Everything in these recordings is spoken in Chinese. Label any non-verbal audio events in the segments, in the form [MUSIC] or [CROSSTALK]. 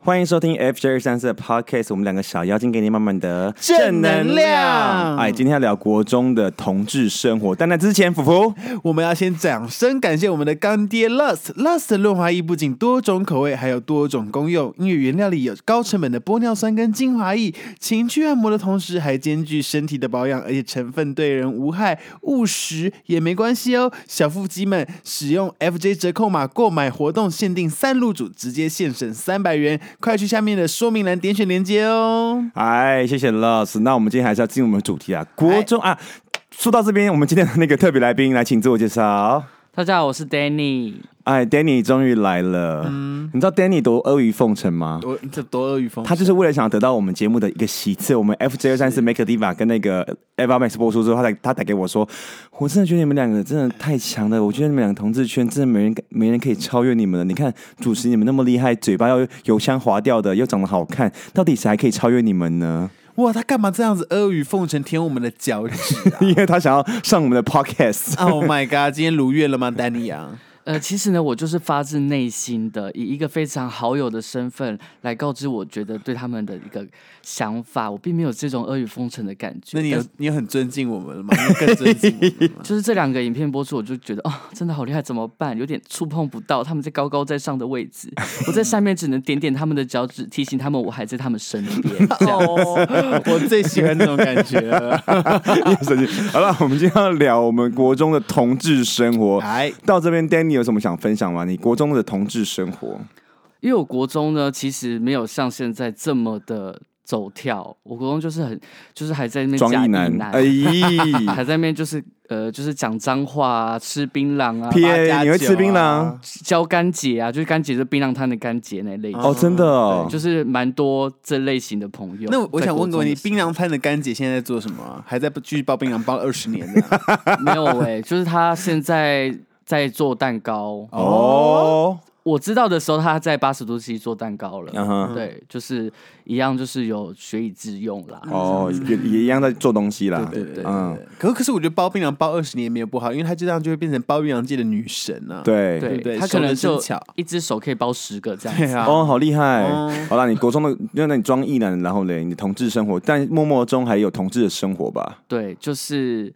欢迎收听 FJ 三四的 Podcast，我们两个小妖精给你满满的正能量哎，今天要聊国中的同志生活，但在之前，福福，我们要先掌声感谢我们的干爹 Lust。Lust 的润滑液不仅多种口味，还有多种功用，因为原料里有高成本的玻尿酸跟精华液，情趣按摩的同时还兼具身体的保养，而且成分对人无害，误食也没关系哦。小腹肌们使用 FJ 折扣码购买活动限定三入主，直接现省三百元，快去下面的说明栏点选链接哦。哎，谢谢 Los。那我们今天还是要进入我们的主题啊，哎国中啊。说到这边，我们今天的那个特别来宾来，请自我介绍。大家好，我是 Danny。哎，Danny 终于来了。嗯你知道 Danny 多阿谀奉承吗？多这多阿谀风，他就是为了想得到我们节目的一个喜赐，我们 FJ 三四 Make a Diva 跟那个 Eva Max 播出之后，他打他打给我说，我真的觉得你们两个真的太强了，我觉得你们两个同志圈真的没人没人可以超越你们了。你看主持你们那么厉害，嘴巴要油腔滑调的，又长得好看，到底谁还可以超越你们呢？哇，他干嘛这样子阿谀奉承，舔我们的脚趾？啊因为他想要上我们的 Podcast。[LAUGHS] [LAUGHS] Oh my god！今天如愿了吗，丹尼啊？呃，其实呢，我就是发自内心的以一个非常好友的身份来告知我觉得对他们的一个想法，我并没有这种阿谀奉承的感觉。那你有但是你有很尊敬我们了吗？ [LAUGHS] 你有更尊敬我们了吗就是这两个影片播出，我就觉得哦，真的好厉害，怎么办？有点触碰不到他们在高高在上的位 [LAUGHS] 置，我在下面只能点点他们的脚趾，提醒他们我还在他们身 [LAUGHS] 边。这样哦， [LAUGHS] 我最喜欢这种感觉 [LAUGHS] 了。又生气。好了，我们今天要聊我们国中的同志生 [LAUGHS] 活。哎，到这边，Danny 有什么想分享吗？你国中的同志生活？因为我国中呢，其实没有像现在这么的走跳，我国中就是很就是还在那边装假啊一男，哎，啊还在那边就是呃，就是讲脏话啊，吃槟榔啊， P 八加 A，你会吃九槟榔啊？教干姐啊，就是干姐就是槟榔摊的干姐那类型，哦，真的哦对，就是蛮多这类型的朋友。那我我想问个问题，在槟榔摊的干姐现在在做什么啊？还在继续包槟榔包了二十年呢？国中的时候没有哎、就是她现在在做蛋糕。哦，我知道的时候，她在八十度 C 做蛋糕了。嗯哼，对，就是一样，就是有学以致用啦。嗯哦，也也一样在做东西啦，对对对嗯，可可是我觉得包槟榔包二十年也没有不好，因为她就这样就会变成包槟榔界的女神啊。对对不对她可能手就得真巧一只手可以包十个这样对子。啊，哦，好厉害哦！好啦，你国中的，那那你装异男，然后嘞，你的同志生活，但默默中还有同志的生活吧？对，就是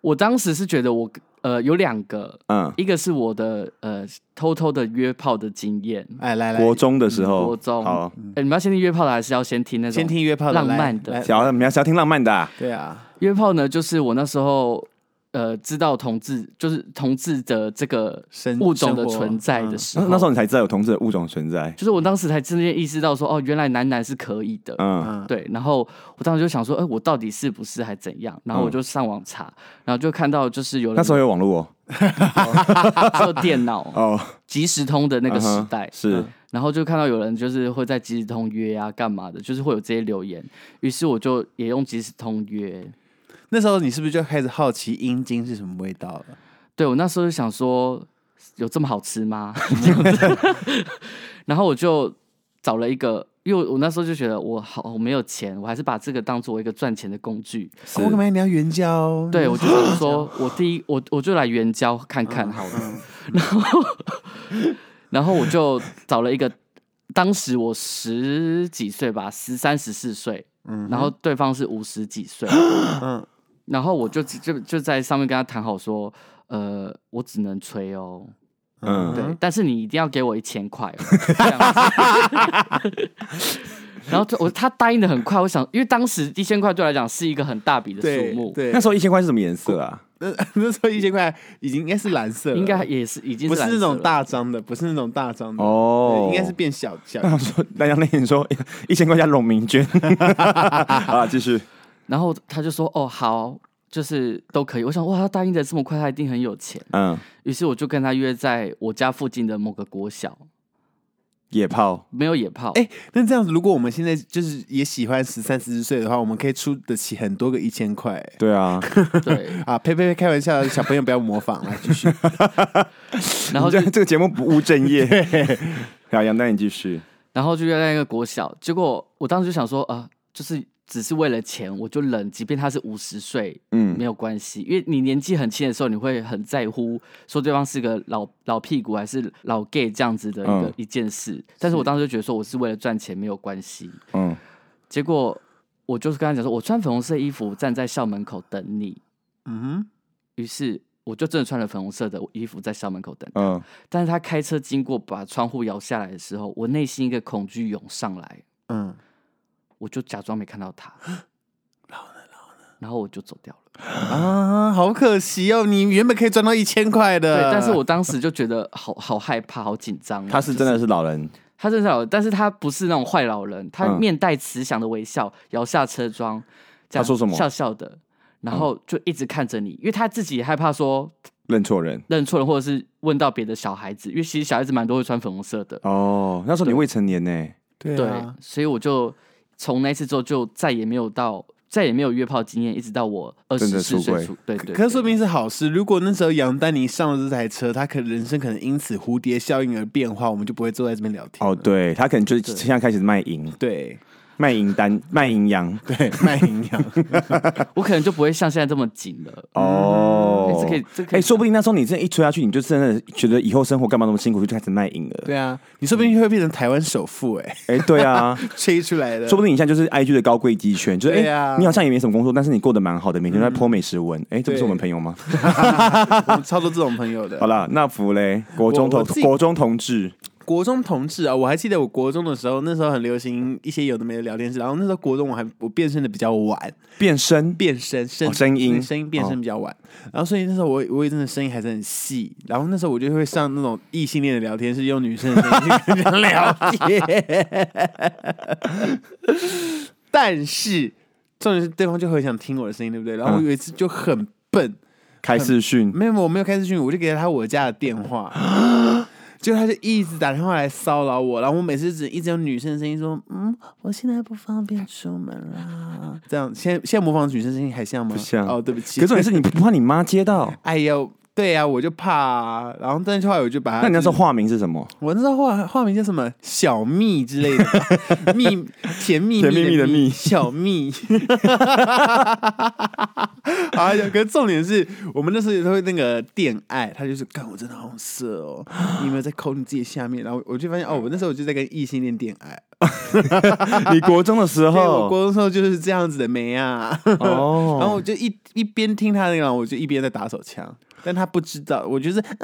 我当时是觉得我呃有两个，嗯，一个是我的呃偷偷的约炮的经验，哎，来来，国中的时候，国中好，哎、你们要先听约炮的，还是要先听那种？先听约炮的浪漫的来来想要你们要想要听浪漫的啊，对啊，约炮呢，就是我那时候呃知道同志就是同志的这个生物种的生活存在的嗯时那候，那时候你才知道有同志的物种存在，就是我当时才真正意识到说，哦，原来男男是可以的。嗯，嗯，对，然后我当时就想说，哎、我到底是不是还怎样？然后我就上网查，然后就看到就是有人嗯那时候有网络哦，做电脑 [LAUGHS] 哦，即时通的那个嗯时哼代，是然后就看到有人就是会在即时通约啊，干嘛的，就是会有这些留言。于是我就也用即时通约。那时候你是不是就开始好奇阴茎是什么味道了？对我那时候就想说，有这么好吃吗？这样子然后我就找了一个，因为我那时候就觉得我好我没有钱，我还是把这个当做一个赚钱的工具。是哦我，干嘛你要援交？对我就嗯想说，我第一我我就来援交看看好了。嗯 [LAUGHS] 然后然后我就找了一个，当时我十几岁吧，十三十四岁，然后对方是五十几岁，嗯然后我就就就在上面跟他谈好说，呃，我只能吹哦，嗯对，但是你一定要给我一千块、哦， [LAUGHS] 这样子 [LAUGHS] 然后就我他答应的很快，我想，因为当时一千块对我来讲是一个很大笔的数目，对，那时候一千块是什么颜色啊？那 [LAUGHS] 那时候一千块已经应该是蓝色了，应该也是已经不是蓝色那种了大张的，不是那种大张的，哦对，应该是变小小。 [LAUGHS] 那说大家那天说 [LAUGHS] 一千块加农民捐 [LAUGHS] 啊，继续然后他就说：“哦，好，就是都可以。”我想，哇，他答应的这么快，他一定很有钱。嗯，于是我就跟他约在我家附近的某个国小，野炮没有野炮。 [LAUGHS] 哎、那这样子，如果我们现在就是也喜欢十三、十四岁的话，我们可以出得起很多个一千块、欸对啊，对，啊！呸呸呸，开玩笑，小朋友不要模仿啊！继续， [LAUGHS] 然后这就这个节目不务正 [LAUGHS] 业。好，杨丹，你继续。然后就约在那个国小。结果我当时就想说，啊、就是只是为了钱，我就忍，即便他是五十岁嗯没有关系，因为你年纪很轻的时候，你会很在乎说对方是个老老屁股还是老 gay 这样子的一个、嗯一件事。但是我当时就觉得说我是为了赚钱没有关系，嗯，结果我就是跟他讲说，我穿粉红色衣服站在校门口等你，嗯于是。我就真的穿了粉红色的衣服在校门口等他，嗯但是他开车经过把窗户摇下来的时候，我内心一个恐惧涌上来，哼嗯，我就假装没看到他。然后呢？然后呢？然后我就走掉了。啊，好可惜哦，你原本可以赚到一千块对，的，但是我当时就觉得好好害怕，好紧张哦。呃他是就真的是老人，他真的是老人，但是他不是那种坏老人，他嗯面带慈祥的微笑，摇下车窗，这他样说什么笑笑的，然后就一直看着你，因为他自己也害怕说认错人认错了，或者是问到别的小孩子，因为其实小孩子蛮多会穿粉红色的，哦。那时候你未成年呢，对对啊，，所以我就从那次之后就再也没有到。再也没有约炮经验，一直到我二真十的四出岁柜出，对对对。可是说明是好事。如果那时候杨丹妮上了这台车，她可人生可能因此蝴蝶效应而变化，我们就不会坐在这边聊天。哦，对他可能就是对现在开始卖淫，对卖淫单， [LAUGHS] 卖淫羊 [LAUGHS] 对，卖营养，我可能就不会像现在这么紧了。哎 [LAUGHS] 哦。这可以，这可以。哎，说不定那时候你真的一吹下去，你就真的觉得以后生活干嘛那么辛苦，就开始卖淫了。 [LAUGHS] 对啊，你说不定会变成台湾首富 [LAUGHS] 哎、哎，对 [LAUGHS] 啊，吹出来的。说不定你现在就是 IG 的高贵鸡圈，就是哎、对啊嗯你好像也没什么工作，但是你过得蛮好的，每天都在剖美食文。哎、这不是我们对朋友吗？ [LAUGHS] 我们超多这种朋 [LAUGHS] 友的。好啦，那服嘞，国中我同我自己国中同志，国中同志啊，我还记得我国中的时候，那时候很流行一些有的没的聊天室，然后那时候国中我还我变身的比较晚，变身变声声、哦声音声音哦变声比较晚，然后所以那时候我我也真的声音还是很细，然后那时候我就会上那种异性恋的聊天室，用女生的 [LAUGHS] 声音去跟人聊天，但是重点是对方就很想听我的声音，对不对？然后我有一次就很嗯笨，开视讯，没有，我没有开视讯，我就给了他我家的电话， [GASPS] 结果他就一直打电话来骚扰我，然后我每次只一直用女生的声音说，嗯，我现在不方便出门啦，这样，现在现在模仿女生声音还像吗？不像哦，对不起，可是重点是你不怕你妈接 [LAUGHS] 到？哎呦，对呀、我就怕、啊，然后但是后来我就把他，那你那时候化名是什么？我那时候化化名叫什么小蜜之类 [LAUGHS] 的吧，蜜甜蜜甜蜜蜜的蜜小蜜。 [LAUGHS] 哎呀，可是重点是我们那时候也都会那个恋爱，他就是干我真的好色 [GASPS] 哦，你有没有在抠你自己下面？然后我就发现哦，嗯我那时候我就在跟异性恋恋爱，你国中的时因为啊我候国中的时候就是这样子的没啊。哦，然后我就一一边听他那个，我就一边在打手枪，但他不知道，我就是 [LAUGHS]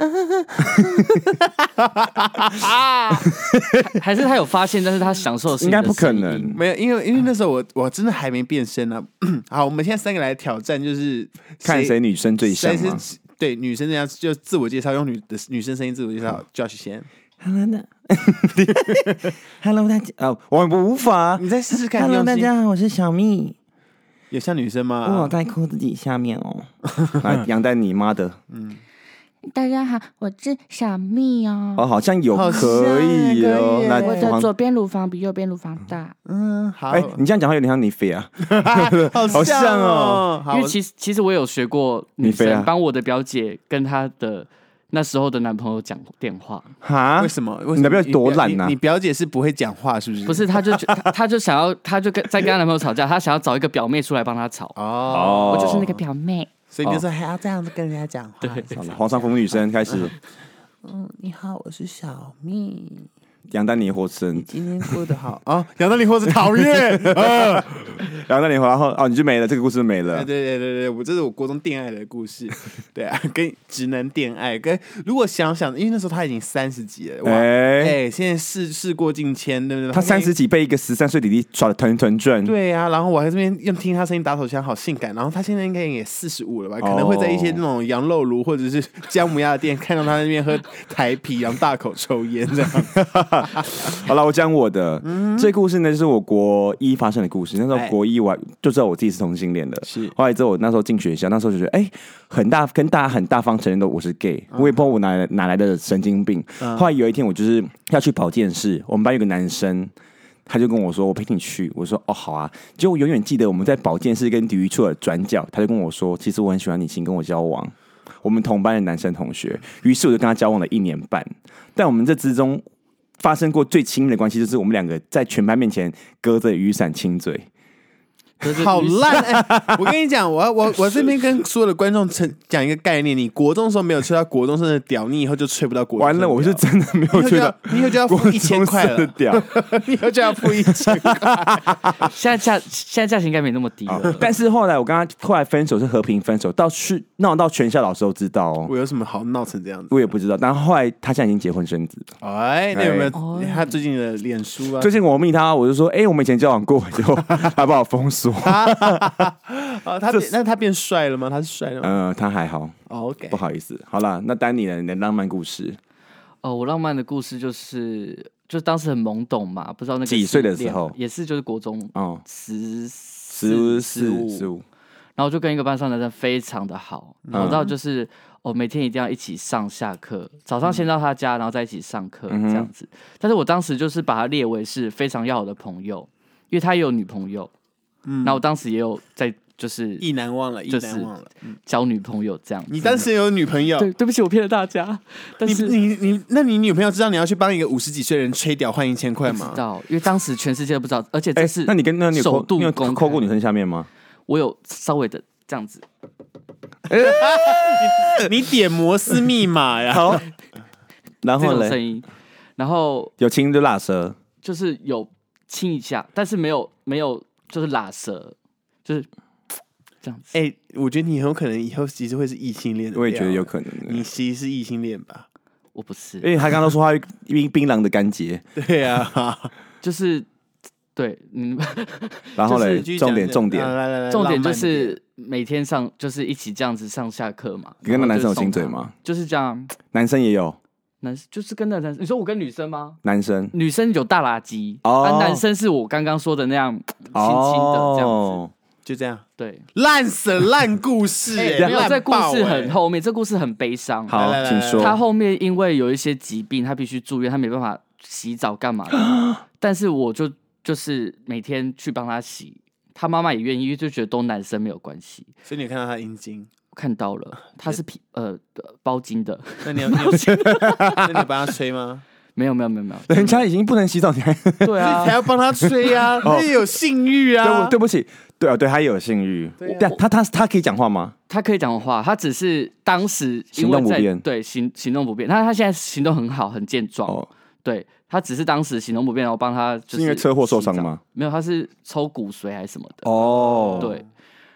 还是他有发现，但是他享受的是应你该的不可声音能。没有，因为因嗯为那时候我我真的还没变身呢、啊。 [CLEARS THROAT] 好，我们现在三个来挑战，就是看谁女生最像谁吗？是对女生这样，就自我介绍，用女的女生声音自我介绍。Josh 先， Hello 大 [LAUGHS] ，Hello 大家，哦，我无法你。再试试看。 Hello 用大心啊家好，我是小蜜，有像女生我有吗？在裤子底下面哦。啊，杨丹你妈的，大家好，我是小蜜哦。哦，好像有好像可以哦可以。那我黄的左边乳房比右边乳房大，嗯，好，哎、你这样讲话有点像你飞啊，好 [LAUGHS] 好像哦哦。好因为，其实其实我有学过女你飞生啊帮我的表姐跟她的那时候的男朋友讲电话，哈为？什么？啊为什么你的表姐多懒啊你你表姐是不会讲话，是不是？不是，她就觉她她就想要，她就跟在跟她男朋友吵架，她想要找一个表妹出来帮她吵，哦，我就是那个表妹。所以你就说还要这样子跟人家讲话。好了皇上服女生开始，嗯，你好，我是小蜜。杨丹妮获胜，今天过得好哦， [LAUGHS] 杨丹妮或是讨厌，呃杨丹妮获，然后哦你就没了，这个故事没对了。对对对，我这是我国中恋爱的 [LAUGHS] 故事，对啊，跟直男恋爱，跟如果想想，因为那时候他已经三十几了，哇，哎、哎、现在事事过境迁，对不对？他三十现几被一个十三岁弟弟耍的团团转，在，对啊，然后我还这边用听他声音打手枪，好性感，然后他现在应该也四十五了吧，可能会在一些哦那种羊肉炉或者是姜母鸭的店看到他那边喝台啤，然后大口抽烟这样，好了，我讲我的。这故事呢，就是我国一发生的故事。那时哎候国一我还就知道我自己是同性恋的，是后来之后，我那时候进学校，那时候就觉得，哎、很大跟大家很大方承认的我是 gay，、我也不知道我哪来哪来的神经病。后来有一天，我就是要去保健室，我们班有个男生。他就跟我说：“我陪你去。”我说：“哦，好啊。”结果我永远记得我们在保健室跟体育处的转角，他就跟我说：“其实我很喜欢你，请跟我交往。”我们同班的男生同学，于是我就跟他交往了一年半。但我们这之中发生过最亲密的关系，就是我们两个在全班面前隔着雨伞亲嘴。可是好于是烂！哎，我跟你讲，我要我我这边跟所有的观众陈讲一个概念：你国中的时候没有吃到国中生的屌，你以后就吹不到国中完生的了，屌 [LAUGHS] 我是真的没有你以觉得后就要你以后就要付一千块的了，屌。 [LAUGHS] 你以后就要付一千块。现在价现在价钱应该没那么低 [LAUGHS] 了。但是后来我跟他后来分手是和平分手，到去闹到全校老师都知道哦，我有什么好闹成这样子？我也不知道。但后来他现在已经结婚生子了， [LAUGHS] 哎，那有没有哎他最近的脸书啊？最近我密他，我就说，哎，我们以前交往过， [LAUGHS] 就他把我封锁。啊，他变那他变帅了吗？他是帅 [LAUGHS] 了吗嗯，他还好，哦？OK，不好意思。好啦，那丹尼呢？你的浪漫故事，哦，我浪漫的故事就是，就当时很懵懂嘛，不知道那个几岁的是时恋候也是就是国中哦，十十四四十五，五，嗯然后就跟一个班上男生非常的好，好到就是哦，每天一定要一起上下课，早上先到他家，然后再一起上课嗯哼这样子。但是我当时就是把他列为是非常要好的朋友，因为他也有女朋友，嗯，那我当时也有在就是意难忘了，意就是难忘了。交女朋友这样子。你当时有女朋友？对对不起，我骗了大家，但你是你你，那你女朋友知道你要去帮一个五十几岁的人吹屌换一千块吗知？道，因为当时全世界都不知道，而且哎这是，那你跟那你有首抠度你有公抠过开女生下面吗？我有稍微的这样子， [LAUGHS] 你点摩斯密码呀？好，然这后种嘞声，音，然后有亲就辣舌，就是有亲一下，但是没有没有就是拉舌，就是这样 [LAUGHS] 子。哎，我觉得你很有可能以后其实会是异性恋的料。我也觉得有可能。你其实是异性恋吧？我不是，因为他刚刚都说他槟 [LAUGHS] 槟榔的干结，[LAUGHS] 对啊，就是对，嗯，哎然后嘞，就是重点继续讲啊重点，啊来来来来 [LAUGHS] 重点就浪漫一点是每天上就是一起这样子上下课嘛。你跟那然后男就生有送亲嘴他？吗？哦就是这样，男生也有，男就是跟那男生，你说我跟女生吗？男生女生有大垃圾，哦啊，男生是我刚刚说的那样轻轻的这样子，哦，就这样，对。烂死了烂故事哎，没有，烂这故爆事哎很后面，这故事很悲伤。欸好来来，来请来说。他后面因为有一些疾病，他必须住院，他没办法洗澡干嘛 [GASPS] 的。但是我就就是每天去帮他洗，他妈妈也愿意，因为就觉得都男生没有关系。所以你有看到他的阴茎，我看到了，他是皮呃包巾的， [LAUGHS] [LAUGHS] 那你有你 [LAUGHS] 有那你有帮他吹吗？没有没有没有没 [LAUGHS] 有，人家已经不能洗澡，你还对所以啊才，要帮他吹呀，他也有性欲对啊不。对不起，对啊，对他也有性欲，对啊对啊他他他可以讲话吗？他可以讲话，他只是当时因行为动不在便对行行动不便，但是他现在行动很好，很健壮，哦，对他只是当时行动不便，然后帮他就是是因为车祸受伤洗澡？吗？没有，他是抽骨髓还是什么的。哦，对。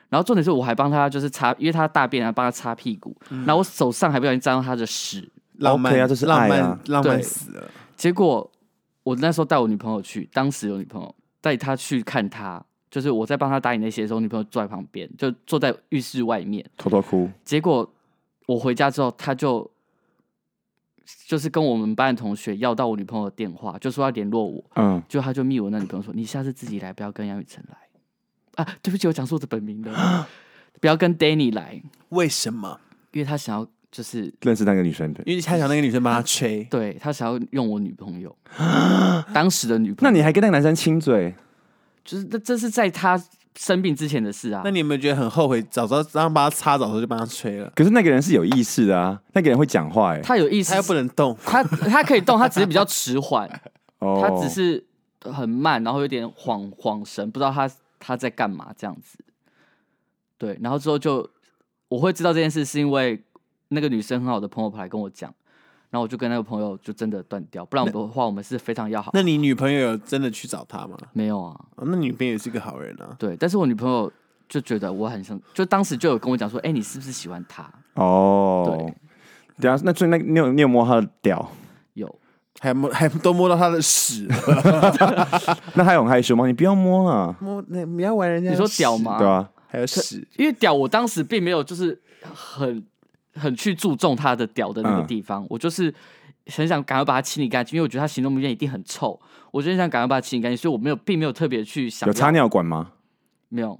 然后重点是我还帮他就是擦，因为他大便啊，帮他擦屁股，然后我手上还不小心沾到他的屎。浪漫 OK 啊这是浪爱啊漫，浪漫对死了。结果我那时候带我女朋友去，当时有女朋友带她去看他，就是我在帮他打理那些的时候，女朋友坐在旁边，就坐在浴室外面。偷偷哭，结果我回家之后，他就就是跟我们班的同学要到我女朋友的电话，就说要联络我。嗯，就他就密我那女朋友说：“你下次自己来，不要跟杨雨辰来。”啊，对不起，我讲错我的本名了，不要跟 Danny 来，为什么？因为他想要就是认识那个女生的，因为他想那个女生帮他吹，对他想要用我女朋 [GASPS] 友，当时的女朋那友。你还跟那个男生亲嘴？就是那这是在他生病之前的事啊。 [LAUGHS] 那你有没有觉得很后悔？早知道让帮他擦，早知道就帮他吹了。可是那个人是有意识的啊，那个人会讲话哎，他有意思 [LAUGHS] 他又，不能动，他他可以动，他只是比较 [LAUGHS] 迟缓，哦他只是很慢，然后有点恍恍神，不知道他他在干嘛这样子。对，然后之后就我会知道这件事，是因为那个女生很好的朋友跑来跟我讲，然后我就跟那个朋友就真的断掉，不然的话我们是非常要好。那你女朋友有真的去找他吗？没有啊，哦、那女朋友也是个好人啊。对，但是我女朋友就觉得我很像，就当时就有跟我讲说，哎、你是不是喜欢他？哦对，对啊，那所以那你有你有摸他的屌？有，还摸还都摸到他的屎了，那他有很害羞吗？你不要摸了， [LAUGHS] 摸那你要玩人家你说屌吗？对啊，还有屎，因为屌，我当时并没有就是很很去注重他的屌的那嗯个地方，我就是很想赶快把它清理干净，因为我觉得他行动不便一定很臭，我就很想赶快把它清理干净，所以我没有并没有特别去想有要插尿管吗？没有，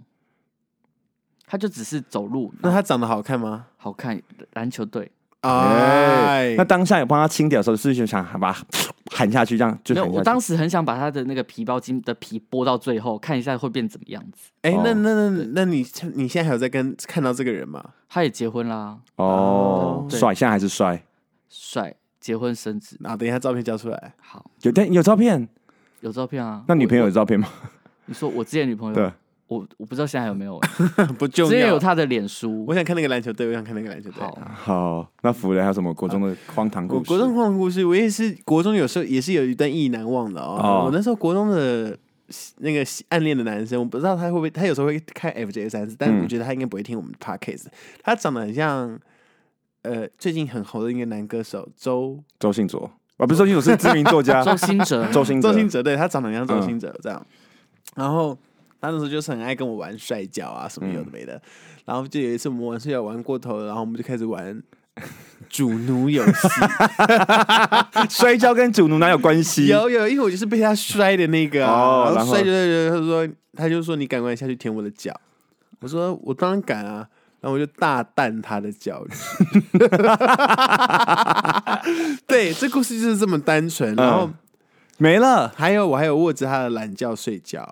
他就只是走路，那他长得好看吗？好看篮球队哎，那当下有帮他清屌的时候，是不是就想把他喊下去，这样就没有，喊下我去当时很想把他的那个皮包筋的皮剥到最后，看一下会变怎么样子。哎、那哦那那那你你现在还有在跟看到这个人吗？他也结婚啦，哦，对帅，现在还是帅。帅，结婚生子，啊，等一下照片交出来， [LAUGHS] 好，有但有照片，有照片啊。那女朋友我有照片吗？你说我之前女朋友，对，我我不知道现在还有 [LAUGHS] 没有欸，不重之前要有。他的脸书我。想看那个篮球队，我想看那个篮球队。好，啊好，那辅仁还有什么国中的荒唐故我事？国中换故事，我也是国中有时候也是有一段意难忘的哦。哦我那时候国中的那个暗恋的男生，我不知道他会不会，他有时候会看 FJ 三四，但嗯我觉得他应该不会听我们的 podcast。他长得很像，呃，最近很红的一个男歌手周周信卓啊，不是周信卓，是知名作 [LAUGHS] 家周星 [LAUGHS] 哲，周星周哲星哲，对他长得很像周星哲这样。然后他那时候就是很爱跟我玩摔跤啊，什么有的没的。然后就有一次我们玩摔跤玩过头了，然后我们就开始玩 [LAUGHS] 主奴游戏。摔跤跟主奴哪有关系？ [LAUGHS] 有有，因为我就是被他摔的那个啊、哦然然后后摔着摔着，他说他就说你赶快下去舔我的脚，我说我当然敢啊，然后我就大弹他的脚 [LAUGHS] 趾。对，这故事就是这么单纯。然后嗯没了，还有我还有握着他的懒觉睡觉，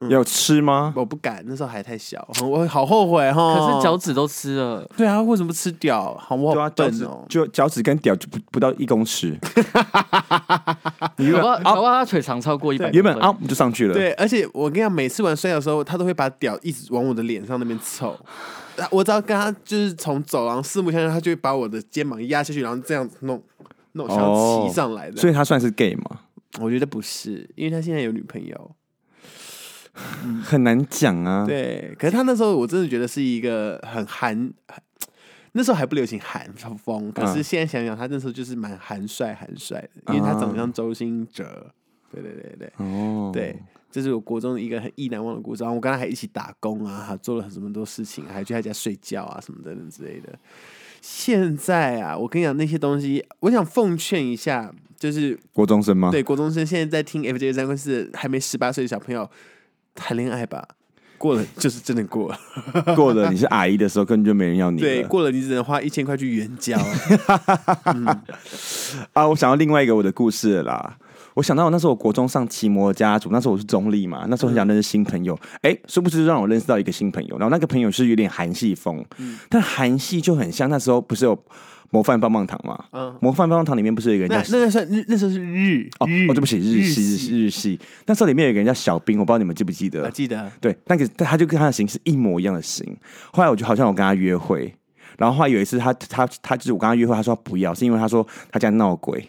嗯有吃吗？我不敢，那时候还太小，我好后悔哈。哦可是脚趾都吃 [LAUGHS] 了，对啊，为什么吃掉？好，我对好啊，脚笨趾哦。就脚趾跟屌就不不到一公尺，搞不好搞不好他腿长超过一百，啊原本啊我们就上去了。对，而且我跟你讲，每次玩摔跤的时候，他都会把屌一直往我的脸上那边凑。啊我只要跟他就是从走廊四目相交，他就会把我的肩膀压下去，然后这样子弄弄，想要骑上来的。哦所以他算是 gay 嘛？我觉得不是，因为他现在有女朋友。很难讲啊。对，可是他那时候我真的觉得是一个很韩，很那时候还不流行韩风，可是嗯现在想想，他那时候就是蛮韩帅韩帅的，因为他长得像周星哲。对对对对。嗯哦，对，这是我国中的一个很意难忘的故事。然后我跟他还一起打工啊，还做了很多事情，还去他家睡觉啊什么等等之类的。现在啊，我跟你讲那些东西，我想奉劝一下，就是国中生吗？对国中生现在在听 FJ 三观四还没十八岁的小朋友谈恋爱吧。过了就是真的过了， [LAUGHS] 过了你是阿姨的时候，根本就没人要你了。对，过了你只能花一千块去援 [LAUGHS] 交。啊，我想到另外一个我的故事了啦。我想到我那时候我国中上奇摩家族，那时候我是中立嘛，那时候很想认识新朋友，嗯哎、殊不知让我认识到一个新朋友，然后那个朋友是有点韩系风，嗯但韩系就很像那时候不是有模范棒棒糖嘛，嗯，模范棒棒糖里面不是有一个人那叫那个算那那时候是日哦日哦，对不起，日系日日系日系，那时候里面有一个人叫小兵，我不知道你们记不记我得，记得对，那个他就跟他的型是一模一样的型。后来我就好像我跟他约会，然后后来有一次他他他就是我跟他约会，他说他不要，是因为他说他家闹鬼。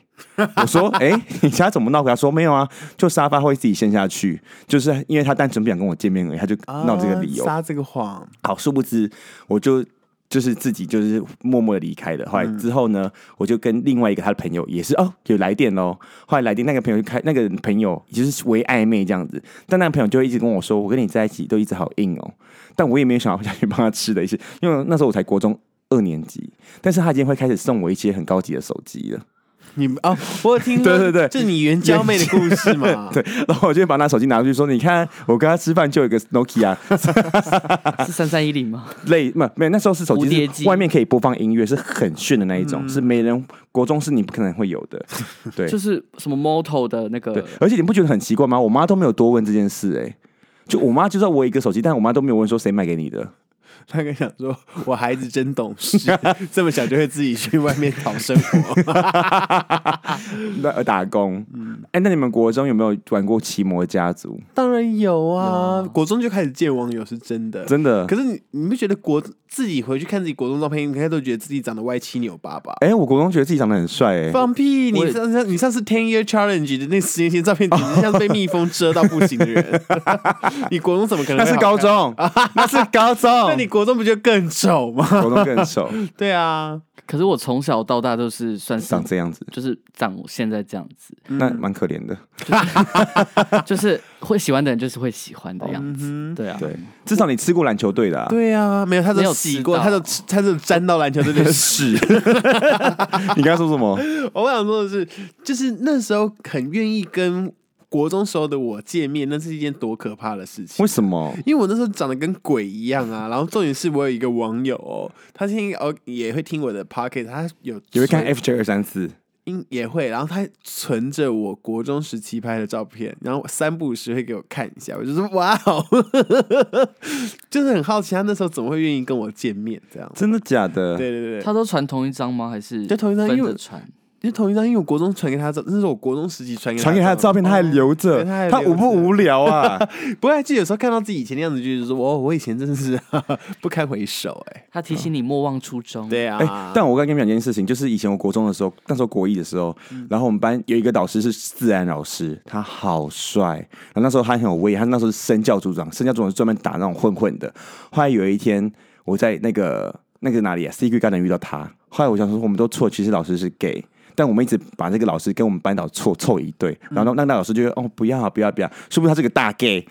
我说哎、你家怎么闹鬼？他说没有啊，就沙发会自己陷下去，就是因为他单纯不想跟我见面而已，他就闹这个理由。啊撒这个谎，好，殊不知我就就是自己就是默默的离开了。后来之后呢，我就跟另外一个他的朋友也是哦，有来电喽。后来来电那个朋友就开那个朋友就是为暧昧这样子，但那个朋友就一直跟我说，我跟你在一起都一直好硬哦。但我也没有想要下去帮他吃的意思，因为那时候我才国中二年级，但是他已经会开始送我一些很高级的手机了。你们哦，我有听 [LAUGHS] 对过对对，就你援交妹的故事嘛 [LAUGHS] 对，然后我就把那手机拿出去说，你看我跟他吃饭就有一个 Nokia，是三三一零吗？类没有没有，那时候是手蝴机蝶是机嗯外面可以播放音乐，是很炫的那一种，是没人国中是你不可能会有 [LAUGHS] 的，对就是什么 Moto 的那对个，，而且你不觉得很奇怪吗？我妈都没有多问这件事、哎，就我妈就知道我有一个手机，但我妈都没有问说谁买给你的，他跟想说，我孩子真懂 [LAUGHS] 事，这么小就会自己去外面讨生活。那呃打工，嗯哎、那你们国中有没有玩过奇摩家族？ [LAUGHS] 当然有啊，国中就开始见网友是真的。真的可。是你你不觉得国自己回去看自己国中照片，应该都觉得自己长得歪七扭八吧？哎、我国中觉得自己长得很帅哎、放屁！我你也上次你上次 ten year challenge 的那十年前照片，简直像是被蜜蜂蛰到不行的人。你国中怎么可能？那是高， [LAUGHS] 中，啊那是高中，那你国中不就更丑吗？国中更 [LAUGHS] 丑，对啊，可是我从小到大都是算是长这样子，就是长我现在这样子，那蛮可怜的。就是会喜欢的人就是会喜欢的样子，对啊，嗯对，至少你吃过篮球队的、啊，对啊，没有，他没都有洗吃过，到他都吃他都沾到篮球队的屎。啊你刚才说什么？ [LAUGHS] 我想说的是，就是那时候很愿意跟国中时候的我见面，那是一件多可怕的事情为。什么？因为我那时候长得跟鬼一样啊，然后重点是我有一个网友哦，他现在哦也会听我的 pocket，他有有会看存 FJ 二三四，应也会，然后他存着我国中时期拍的照片，然后三不五时会给我看一下，我就说哇哦， [LAUGHS] 就是很好奇他那时候怎么会愿意跟我见面这样。真的假的？对对对，他都传同一张吗？还是就同一张因为分我着传？因为同一张，因为我国中传给他照，那是我国中时期传给传给他的照片，他还留对着他还，他留无不着无聊 [LAUGHS] 啊？不过还记得有时候看到自己以前的样子，就是说，哦，我以前真的是 [LAUGHS] 不堪回首、哎，他提醒嗯你莫忘初衷。对啊，哎、但我刚跟你们讲一件事情，就是以前我国中的时候，那时候国一的时候，嗯然后我们班有一个老师是自然老师，他好帅，然后那时候他很有威严，他那时候是身教组长，身教组长是专门打那种混混的。后来有一天，我在那个那个哪里啊，CQ 高能遇到他，后来我想说我们都错，其实老师是 gay。但我们一直把这个老师跟我们班导凑凑一对，然后那那老师就觉得哦不要不要不要，说不定他是个大 gay，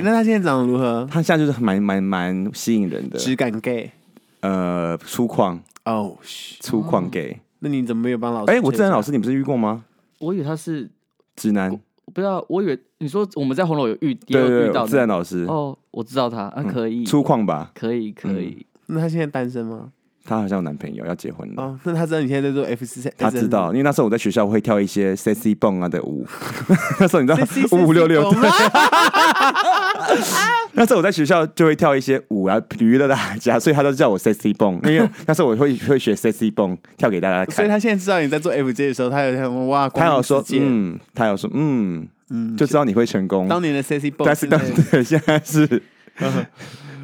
哎，那他现在长得如何？他现在就是蛮蛮蛮吸引人的，只敢 gay 呃粗犷哦，粗犷 gay。那你怎么没有帮老师？哎、我自然老师你不是遇过吗？我以为他是直男，我不知道，我以为你说我们在红楼有遇，也对有对对，遇到的自然老师，哦，我知道他，啊，可以，粗犷嗯吧？可以，可以，那他现在单身吗？她好像有男朋友要结婚了。哦，那他知道你现在在做 F 四，她知道，因为那时候我在学校会跳一些 sexy 蹦啊的舞，那时候你知 C 道五五六六， [LAUGHS] 对吗？那时候我在学校就会跳一些舞来娱乐大家，所以她都叫我 sexy 蹦，因为 [LAUGHS] 那时候我会会学 sexy 蹦跳给大家 [LAUGHS] 所看。以他现在知道你在做 FJ 的时候，他有想哇，她光有明说世界嗯，她有说嗯，嗯就知道你会成功。当年的 Sexy Boy，但是现在当对现在是 [LAUGHS]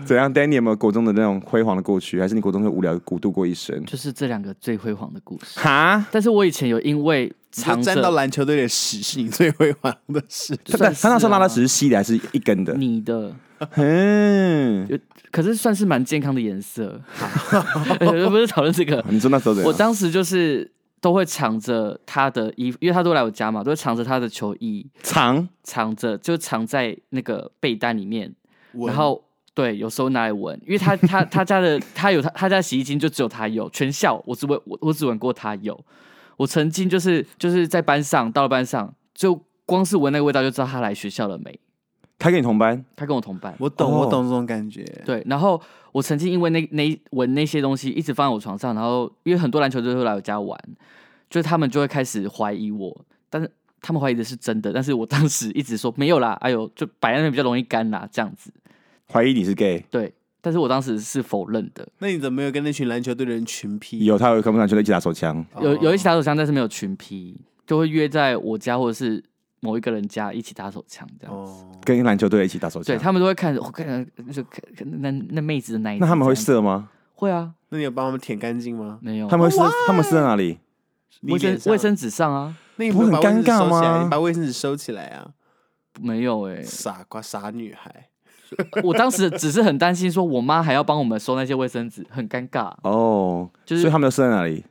怎样？Danny 有没有国中的那种辉煌的过去，还是你国中就无聊孤度过一生？就是这两个最辉煌的故事。哈，但是我以前有因为你就藏沾到着篮球队的屎是你最辉煌的 [LAUGHS] 事。他算是他那时候啊拉拉屎是吸的还是一根的？ [LAUGHS] 你的，嗯，可是算是蛮健康的颜色。 [LAUGHS] 呃不是讨论这个，你说那时候怎样？我当时就是都会藏着他的衣服，因为他都来我家嘛，都会藏着他的球衣，长藏着就藏在那个被单里面，我然后对，有时候拿来闻，因为他他他家的他有他他家洗衣精就只有他有，全校我只闻我我只闻过他有。我曾经就是就是在班上，到了班上就光是闻那个味道就知道他来学校了没。他跟你同班，他跟我同班，我懂，哦我懂这种感觉。对，然后我曾经因为那那闻那些东西一直放在我床上，然后因为很多篮球队会来我家玩，就是他们就会开始怀疑我，但是他们怀疑的是真的，但是我当时一直说没有啦，哎呦，就摆在那边比较容易干啦，这样子。怀疑你是 gay，对，但是我当时是否认的，那你怎么没有跟那群篮球队的人群批？有他有跟不上球一起打手枪，有有哦一起些打手枪，但是没有群批，就会约在我家或者是某一个人家一起打手枪这样子。哦，跟篮球队一起打手枪对。他们都会看，我、看就看那那妹子的那一那他们会射？射吗？会啊，那你有帮他们舔干净吗？没有他们会射？他们射在哪里？你卫生脸上卫，生纸上啊，那你不会把很卫生尴纸尬收起来吗你把卫生纸收起来啊！没有哎、傻瓜，傻女孩，我当时只是很担心，说我妈还要帮我们收那些卫生纸，很尴尬。哦，就是所以他们都射在哪里？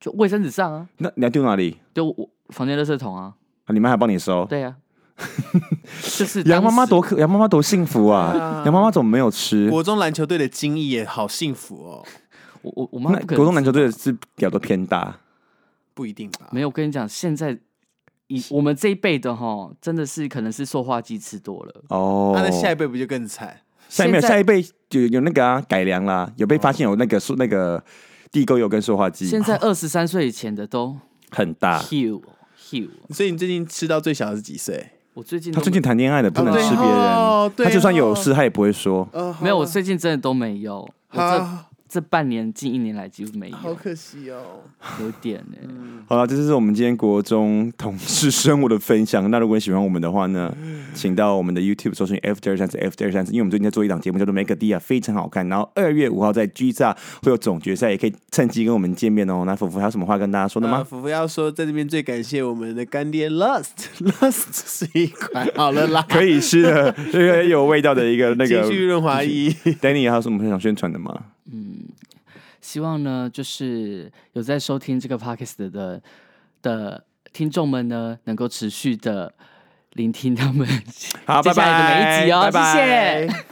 就卫生纸上啊，那你要丢哪里？就我房间垃圾桶啊，啊你妈还帮你收。对 [LAUGHS] 啊，就是杨妈妈当时多可，杨妈妈多幸福对啊啊！杨妈妈怎么没有吃？国中篮球队的精益也好幸福哦，我我我妈那不可能国中篮球队的是屌都偏大，不一定吧？没有，我跟你讲，现在以我们这一辈的哈，真的是可能是塑化剂吃多了，哦。啊那那下一辈不就更惨？下一没有现在下一辈有有那个啊改良啦，有被发现有那个塑那个地沟油跟塑化剂，现在二十三岁以前的都很大。 heal heal。所以你最近吃到最小的是几岁？我最近他都最近没谈恋爱的不能哦对吃别人，哦对他就算有哦事他也不会说。呃，没有，啊我最近真的都没有，我这好这半年近一年来几乎没有，可惜哦。有点哎、好了，这就是我们今天国中同事生活的分享。那如果你喜欢我们的话呢，请到我们的 YouTube 搜寻 F 二三四 F 二三四，因为我们最近在做一档节目叫做《Make a D》啊，非常好看。然后二月五号在 G 站会有总决赛，也可以趁机跟我们见面哦。那福福还有什么话跟大家说的那吗？呃福福要说，在这边最感谢我们的干爹 Lust，Lust 是一款好了 [LAUGHS] [LAUGHS] 啦，可以吃的，这个有味道的一个那个情绪润滑液。 Danny 还有什么想宣传的吗？希望呢，就是有在收听这个 podcast 的的听众们呢，能够持续的聆听他们 [LAUGHS] 好，接拜下拜，来的每一集哦，拜拜谢谢。